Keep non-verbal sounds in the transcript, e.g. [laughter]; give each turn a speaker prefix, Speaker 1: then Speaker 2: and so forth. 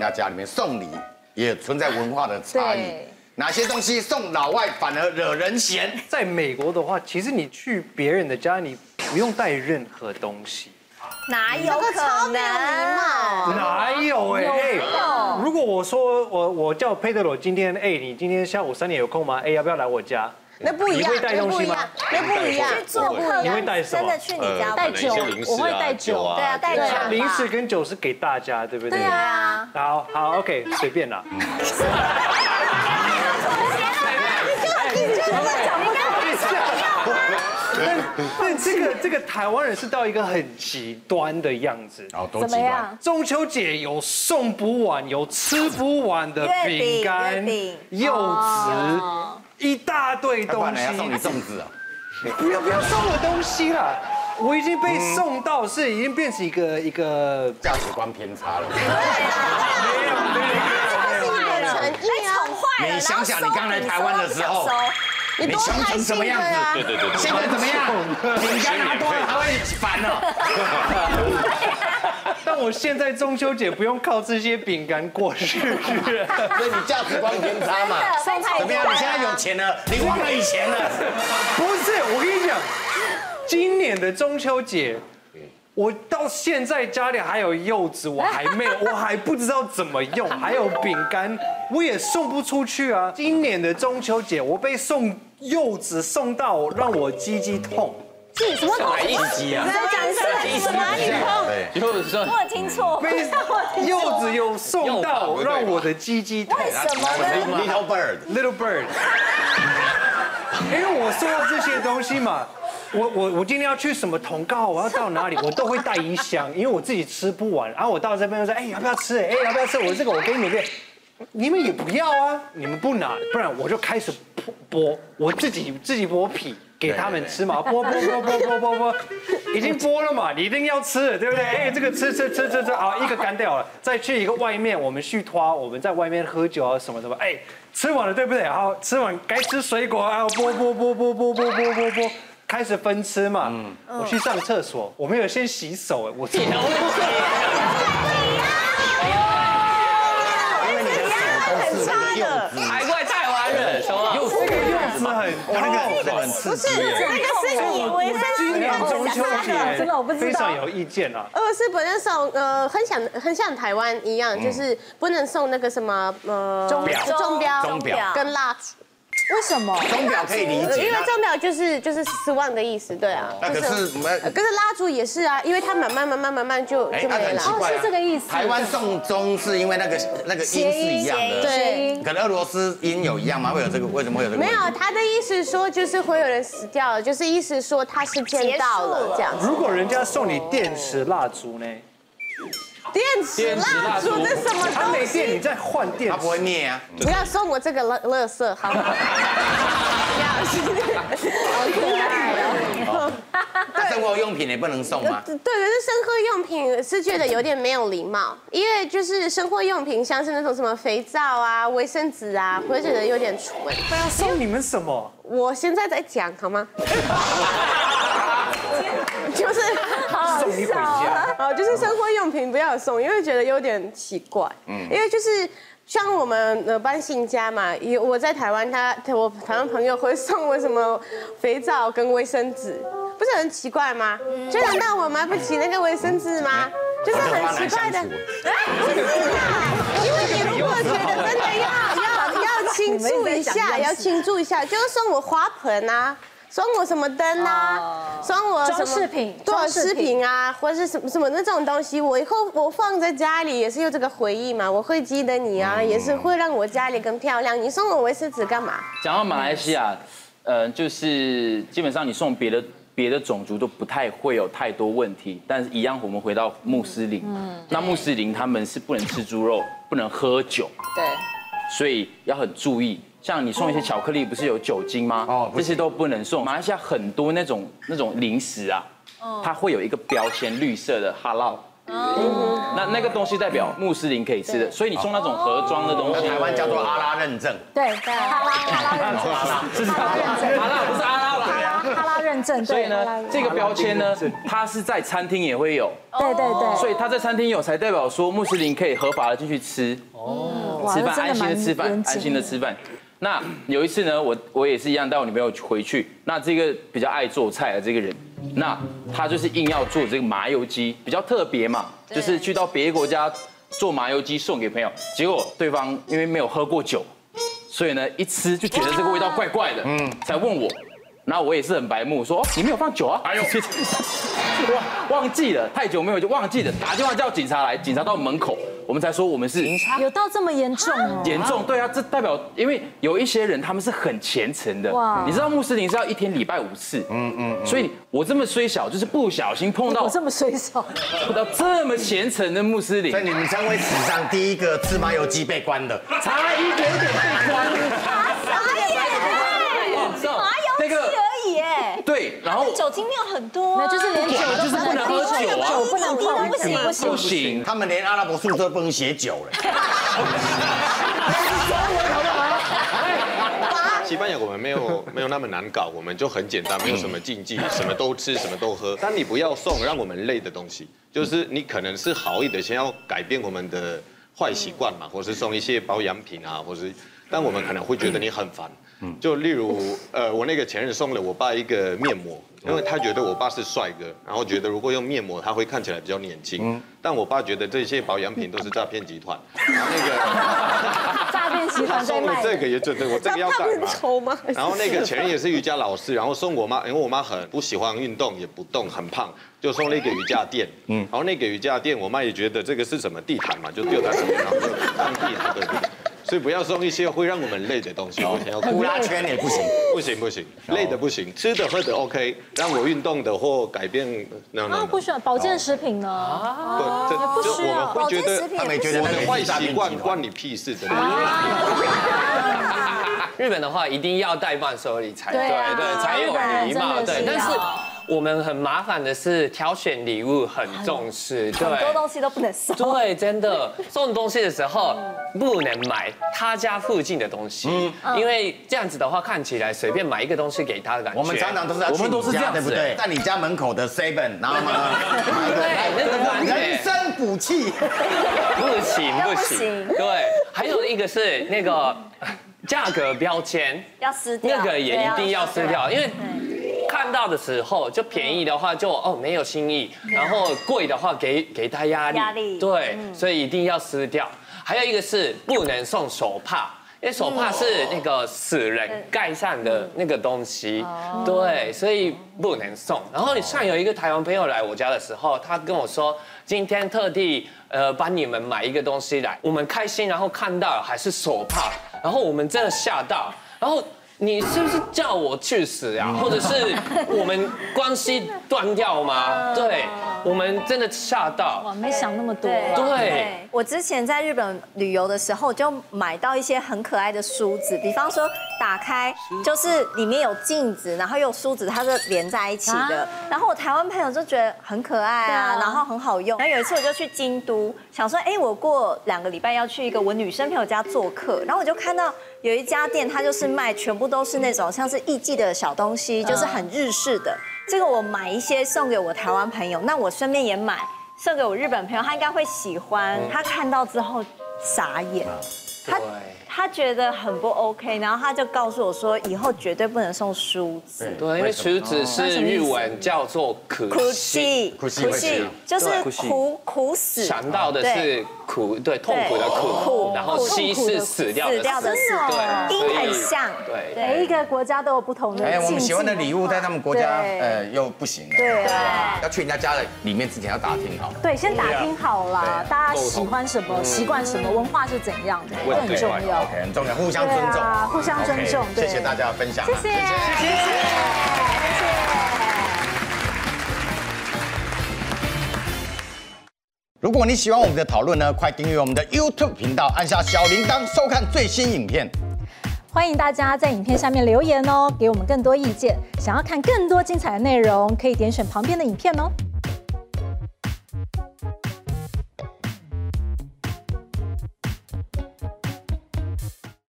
Speaker 1: 家家里面送礼，也存在文化的差异
Speaker 2: 对。
Speaker 1: 哪些东西送老外反而惹人嫌？
Speaker 3: 在美国的话，其实你去别人的家，你不用带任何东西。
Speaker 2: 哪有
Speaker 4: 这个超
Speaker 2: 可
Speaker 4: 没有礼
Speaker 2: 能？
Speaker 4: 貌
Speaker 3: 哪有哎、欸如果我说我我叫佩德罗今天哎、你今天下午三点有空吗？哎、要不要来我家？
Speaker 4: 那不一
Speaker 3: 你
Speaker 4: 样，
Speaker 3: 会带
Speaker 4: 那
Speaker 3: 东
Speaker 4: 不
Speaker 3: 西
Speaker 4: 一
Speaker 3: 吗
Speaker 4: 样？，那不一样，
Speaker 2: 去做客
Speaker 3: 你会带什
Speaker 4: 真
Speaker 3: 么
Speaker 4: 的去
Speaker 5: 呃
Speaker 4: 你家
Speaker 6: 带
Speaker 4: 玩。
Speaker 6: 酒，
Speaker 2: 我会带酒
Speaker 6: 啊，
Speaker 2: 对啊带
Speaker 6: 酒
Speaker 2: 酒
Speaker 6: 啊
Speaker 2: 啊
Speaker 3: 零食跟酒是给大家，对不对？
Speaker 2: 对。啊，
Speaker 3: 好好，OK，随便啦。
Speaker 4: 哎
Speaker 3: 但但这个这个台湾人是到一个很极端的样子。
Speaker 1: 然后多
Speaker 2: 怎么样？
Speaker 3: 中秋节有送不完、有吃不完的
Speaker 4: 月饼
Speaker 3: 饼干
Speaker 4: 月饼、
Speaker 3: 柚子，一大堆
Speaker 1: 要不然
Speaker 3: 东
Speaker 1: 人
Speaker 3: 西哎
Speaker 1: 家。送你粽子啊？
Speaker 3: 不要不要送我东西啦！我已经被送到是已经变成一个一个 [laughs]
Speaker 1: 价值观偏差了。
Speaker 4: 是你的诚意啊！
Speaker 1: 你想
Speaker 2: 哎
Speaker 1: 想，你刚来台湾的时候，你
Speaker 4: 多
Speaker 1: 穷成什么样子？
Speaker 2: 啊
Speaker 6: 对对对对
Speaker 1: 现在怎么样？饼干拿多了还会烦哦了。
Speaker 3: 但我现在中秋节不用靠这些饼干过日子。
Speaker 1: 所以你价值观偏
Speaker 2: [laughs]
Speaker 1: 差嘛？
Speaker 2: 送啊太
Speaker 1: 怎
Speaker 2: 多
Speaker 1: 么样？你现在有钱了，你忘了以前了。
Speaker 3: 不是，我跟你讲，今年的中秋节，我到现在家里还有柚子，我还没有，我还不知道怎么用，还有饼干，我也送不出去啊。今年的中秋节，我被送柚子送到让我鸡鸡痛。
Speaker 2: 这什么东西？
Speaker 1: 机啊？
Speaker 2: 再讲一次，哪里碰？
Speaker 1: 对，
Speaker 6: 就是说
Speaker 2: 我有听错，
Speaker 3: 被柚子有送到让我的鸡鸡痛。
Speaker 5: 哎
Speaker 2: 为什么呢？
Speaker 1: Little Bird。
Speaker 3: Little Bird，因为我收到这些东西嘛，我我我今天要去什么通告，我要到哪里，我都会带一箱，因为我自己吃不完。然后我到这边就说，哎、要不要吃？哎、要不要吃？我这个我给你们一个，你们也不要啊，你们不拿，不然我就开始剥，我自己自己剥皮。给他们吃嘛，剥剥剥剥剥剥剥，已经剥了嘛，你一定要吃了，对不对？哎，这个吃吃吃吃吃，好，一个干掉了，再去一个外面，我们续拖，我们在外面喝酒啊什么什么，哎，吃完了对不对？好，吃完该吃水果啊，剥剥剥剥剥剥剥剥剥，开始分吃嘛。我去上厕所，我没有先洗手，哎，我怎么
Speaker 1: 因为你的手都
Speaker 5: 哎
Speaker 1: 是柚子，
Speaker 6: 还怪台湾人，什么？
Speaker 3: 有这个柚子很
Speaker 1: 我那个手很刺激耶。
Speaker 4: 那个是你为生
Speaker 3: 今年中秋节
Speaker 2: 真的我不知道
Speaker 3: 非常有意见啊。
Speaker 4: 俄罗斯不能送，呃，很想很像台湾一样，就是不能送那个什么，呃，
Speaker 2: 钟
Speaker 1: 表
Speaker 4: 钟表、
Speaker 1: 钟表
Speaker 4: 跟蜡烛，
Speaker 2: 为什么？
Speaker 1: 钟表可以理
Speaker 4: 因
Speaker 1: 解
Speaker 4: 为，钟表就是就是失望的意思，对啊。
Speaker 1: 那那可是我们
Speaker 4: 呃可是蜡烛也是啊，因为它慢慢慢慢慢慢就
Speaker 1: 哎，
Speaker 4: 就
Speaker 1: 那
Speaker 4: 没
Speaker 1: 很
Speaker 4: 了
Speaker 1: 奇。怪啊
Speaker 2: 哦是这个意思
Speaker 1: 台湾送钟是因为那个那个音是一样的，
Speaker 2: 谐音
Speaker 1: 可能俄罗斯音有一样吗？会有这个？为什么会有这个问
Speaker 4: 没
Speaker 1: 题？
Speaker 4: 有，啊他的意思说就是会有人死掉了，就是意思说他时
Speaker 2: 结
Speaker 4: 间到
Speaker 2: 束
Speaker 4: 了
Speaker 2: 了
Speaker 4: 这样子。
Speaker 3: 如果人家送你电池蜡烛呢？
Speaker 4: 电池蜡烛那什么
Speaker 3: 它
Speaker 4: 东
Speaker 3: 没电，
Speaker 4: 西？
Speaker 3: 你再换电
Speaker 1: 他
Speaker 3: 池
Speaker 1: 不。会灭啊。
Speaker 4: 不要送我这个乐乐色，好吗？好可爱哦！
Speaker 1: 那生活用品也不能送吗？
Speaker 4: 呃对，可是生活用品是觉得有点没有礼貌，因为就是生活用品，像是那种什么肥皂啊、卫生纸啊，会觉得有点蠢。
Speaker 3: 那要啊送你们什么？
Speaker 4: 我现在在讲好吗？ [laughs] 就是
Speaker 2: 好
Speaker 3: 送你回家。
Speaker 4: [laughs] 啊，就是生活用品不要送，因为觉得有点奇怪。嗯，因为就是像我们呃搬新家嘛，也我在台湾他，他我台湾朋友会送我什么肥皂跟卫生纸，不是很奇怪吗？就难道我买不起那个卫生纸吗？就是很奇怪的，哎
Speaker 1: 我跟
Speaker 4: 不是啊，因为你如果觉得真的要要要庆祝一下，要庆祝一下，就是送我花盆啊，送我什么灯啊，送我什么
Speaker 2: 装饰品
Speaker 4: 对
Speaker 2: 装饰品
Speaker 4: 饰品啊，或者是什么什么那种东西，我以后我放在家里也是有这个回忆嘛，我会记得你啊，
Speaker 7: 嗯
Speaker 4: 也是会让我家里更漂亮。你送我卫生纸干嘛？
Speaker 8: 讲到马来西亚，呃，就是基本上你送别的别的种族都不太会有太多问题，但是一样我们回到穆斯林，那穆斯林他们是不能吃猪肉，不能喝酒，
Speaker 2: 对，
Speaker 8: 所以要很注意。像你送一些巧克力，不是有酒精吗？
Speaker 1: 哦
Speaker 8: 哦，
Speaker 1: 不行
Speaker 8: 这些都不能送。马来西亚很多那种那种零食啊，它会有一个标签，绿色的哈拉。那那个东西代表穆斯林可以吃的，所以你送那种盒装的东西，
Speaker 1: 哦台湾叫做阿拉认证，
Speaker 2: 对，哈拉哈拉认证，
Speaker 8: 哈拉不是阿拉啦，
Speaker 2: 哈拉认证，
Speaker 8: 所以
Speaker 2: 对
Speaker 8: 呢，这个标签呢，它是在餐厅也会有，
Speaker 2: 对对
Speaker 5: 哦
Speaker 2: 对，
Speaker 8: 所以它在餐厅有，才代表说穆斯林可以合法的进去吃。
Speaker 2: 哇
Speaker 8: 吃饭，
Speaker 2: 这真
Speaker 8: 安心的
Speaker 2: 蛮
Speaker 8: 吃饭
Speaker 2: 严，谨
Speaker 8: 安心的吃饭。那有一次呢，我我也是一样带我女朋友回去，那这个比较爱做菜的这个人，那他就是硬要做这个麻油鸡，比较特别嘛，就是去到别的国家做麻油鸡送给朋友，结果对方因为没有喝过酒，所以呢一吃就觉得这个味道怪怪的，嗯，才问我。然后我也是很白目，说、哦、你没有放酒啊， [laughs] 哎呦， [laughs] 忘忘记了，太久没有就忘记了，打电话叫警察来，警察到门口，我们才说我们是
Speaker 2: 有到这么严重哦。
Speaker 8: 严重，对啊，这代表因为有一些人他们是很虔诚的
Speaker 2: 哇，
Speaker 8: 你知道穆斯林是要一天礼拜五次，嗯嗯，所以我这么虽小，就是不小心碰到
Speaker 2: 我这么水手，
Speaker 8: 碰到这么虔诚的穆斯林
Speaker 9: 所，以你们将为史上第一个吃麻油鸡被关的。
Speaker 8: 差一点点被关，严重
Speaker 5: 麻油
Speaker 8: 那
Speaker 5: 鸡
Speaker 8: 个
Speaker 5: 而已哎，
Speaker 8: 对，然后
Speaker 5: 酒精量很多啊，
Speaker 2: 那就是连酒都不能喝
Speaker 8: 酒啊
Speaker 2: 酒不能碰，
Speaker 5: 不行
Speaker 2: 不行
Speaker 8: 不行，
Speaker 9: 他们连阿拉伯数字都不能写酒了。
Speaker 7: 西班牙我们没有 [laughs] 没有那么难搞，我们就很简单，没有什么禁忌，什么都吃，什么都喝。但你不要送让我们累的东西，就是你可能是好一点，先要改变我们的坏习惯嘛，或是送一些保养品啊，或是，但我们可能会觉得你很烦。就例如，呃，我那个前任送了我爸一个面膜，因为他觉得我爸是帅哥，然后觉得如果用面膜他会看起来比较年轻。但我爸觉得这些保养品都是诈骗集团，那个。
Speaker 2: 诈骗集团在
Speaker 7: 送了
Speaker 2: 卖。
Speaker 7: 这个也准备，我这个要改
Speaker 4: 那
Speaker 7: 嘛
Speaker 4: 怕不丑吗
Speaker 7: [laughs] 然后那个前任也是瑜伽老师，然后送我妈，因为我妈很不喜欢运动，也不动，很胖，就送了一个瑜伽垫。嗯，然后那个瑜伽垫，我妈也觉得这个是什么地毯嘛，就丢在上面，然后就当地毯对不对？所以不要送一些会让我们累的东西，我想要哭
Speaker 9: 呼
Speaker 1: [laughs]
Speaker 9: 啦圈也不行，
Speaker 7: 不行不行，累的不行，吃的喝的 OK，让我运动的或改变，no no，
Speaker 2: 啊，
Speaker 7: no
Speaker 2: 不需要保健食品呢，
Speaker 7: 对，哦这就我们会觉得
Speaker 9: 他们也觉得
Speaker 7: 我
Speaker 9: 那
Speaker 7: 的
Speaker 9: 个
Speaker 7: 坏
Speaker 9: 是诈
Speaker 7: 习
Speaker 9: 骗
Speaker 7: 惯
Speaker 9: 集团。
Speaker 7: 关你屁事，真的。
Speaker 6: 日本的话一定要带伴手礼才
Speaker 2: 对啊
Speaker 6: 对，才有礼貌。
Speaker 2: 日本人真的是
Speaker 6: 对，但是
Speaker 2: 要
Speaker 6: 我们很麻烦的是挑选礼物很重视，对，
Speaker 5: 很多东西都不能送。
Speaker 6: 对，真的送东西的时候不能买他家附近的东西，
Speaker 9: 嗯
Speaker 5: 嗯
Speaker 6: 因为这样子的话看起来随便买一个东西给他的感觉。
Speaker 9: 我们常常都是要
Speaker 8: 我们
Speaker 9: 去
Speaker 8: 都是
Speaker 9: 你
Speaker 8: 这
Speaker 9: 家，
Speaker 8: 样
Speaker 9: 对不
Speaker 8: 子
Speaker 9: 对？在你家门口的 Seven，然后呢，
Speaker 6: 对，那个感
Speaker 9: 人
Speaker 6: 觉
Speaker 9: 生补气，
Speaker 6: 不行不行
Speaker 5: 行，
Speaker 6: 对，还有一个是那个价格标签，
Speaker 5: 要撕掉，
Speaker 6: 那个也一定要撕
Speaker 5: 啊
Speaker 6: 掉，因为。看到的时候就便宜的话就哦没有新意，然后贵的话给给他压力，
Speaker 5: 压力
Speaker 6: 对，所以一定要撕掉。还有一个是不能送手帕，因为手帕是那个死人盖上的那个东西，对，所以不能送。然后上有一个台湾朋友来我家的时候，他跟我说今天特地呃帮你们买一个东西来，我们开心，然后看到还是手帕，然后我们真的吓到，然后。你是不是叫我去死啊？或者是我们关系断掉吗？对，我们真的吓到。
Speaker 2: 哇，没想那么多。
Speaker 5: 对
Speaker 6: 对
Speaker 5: 我之前在日本旅游的时候，就买到一些很可爱的梳子，比方说打开就是里面有镜子，然后又有梳子，它是连在一起的。然后我台湾朋友就觉得很可爱啊，
Speaker 2: 对啊
Speaker 5: 然后很好用。然后有一次我就去京都，想说，哎，我过两个礼拜要去一个我女生朋友家做客，然后我就看到有一家店，它就是卖全部都是那种像是艺伎的小东西，就是很日式的。这个我买一些送给我台湾朋友，那我顺便也买送给我日本朋友，他应该会喜欢。他看到之后傻眼，他
Speaker 6: 对
Speaker 5: 他觉得很不 OK，然后他就告诉我说，以后绝对不能送梳子。
Speaker 6: 对，因为曲子是日文叫做苦
Speaker 5: 苦
Speaker 6: 气，
Speaker 5: 气，
Speaker 9: 苦气会死
Speaker 5: 就是苦苦死，
Speaker 6: 想到的是苦，对，痛苦的苦
Speaker 5: 苦，
Speaker 6: 然后西是死掉
Speaker 5: 死掉的哦
Speaker 6: 的
Speaker 5: 死，
Speaker 6: 对，所
Speaker 5: 音
Speaker 6: 以
Speaker 5: 很像，
Speaker 6: 对。
Speaker 2: 每一个国家都有不同的。
Speaker 9: 哎，我们喜欢的礼物在他们国家，
Speaker 2: 对
Speaker 9: 呃，又不行了。
Speaker 5: 对，
Speaker 9: 要去人家家的里面之前要打听好。
Speaker 2: 对，先打听好啦，大家喜欢什么，习惯什么，文化是怎样的，这很重要。
Speaker 9: OK，很重要，互相尊
Speaker 2: 对
Speaker 9: 重
Speaker 2: 啊，互相尊重
Speaker 9: OK，
Speaker 2: 对
Speaker 9: 谢谢大家的分享啊，
Speaker 2: 谢谢，谢谢。
Speaker 9: 如果你喜欢我们的讨论呢，快订阅我们的 YouTube 频道，按下小铃铛，收看最新影片。
Speaker 2: 欢迎大家在影片下面留言哦，给我们更多意见。想要看更多精彩的内容，可以点选旁边的影片哦。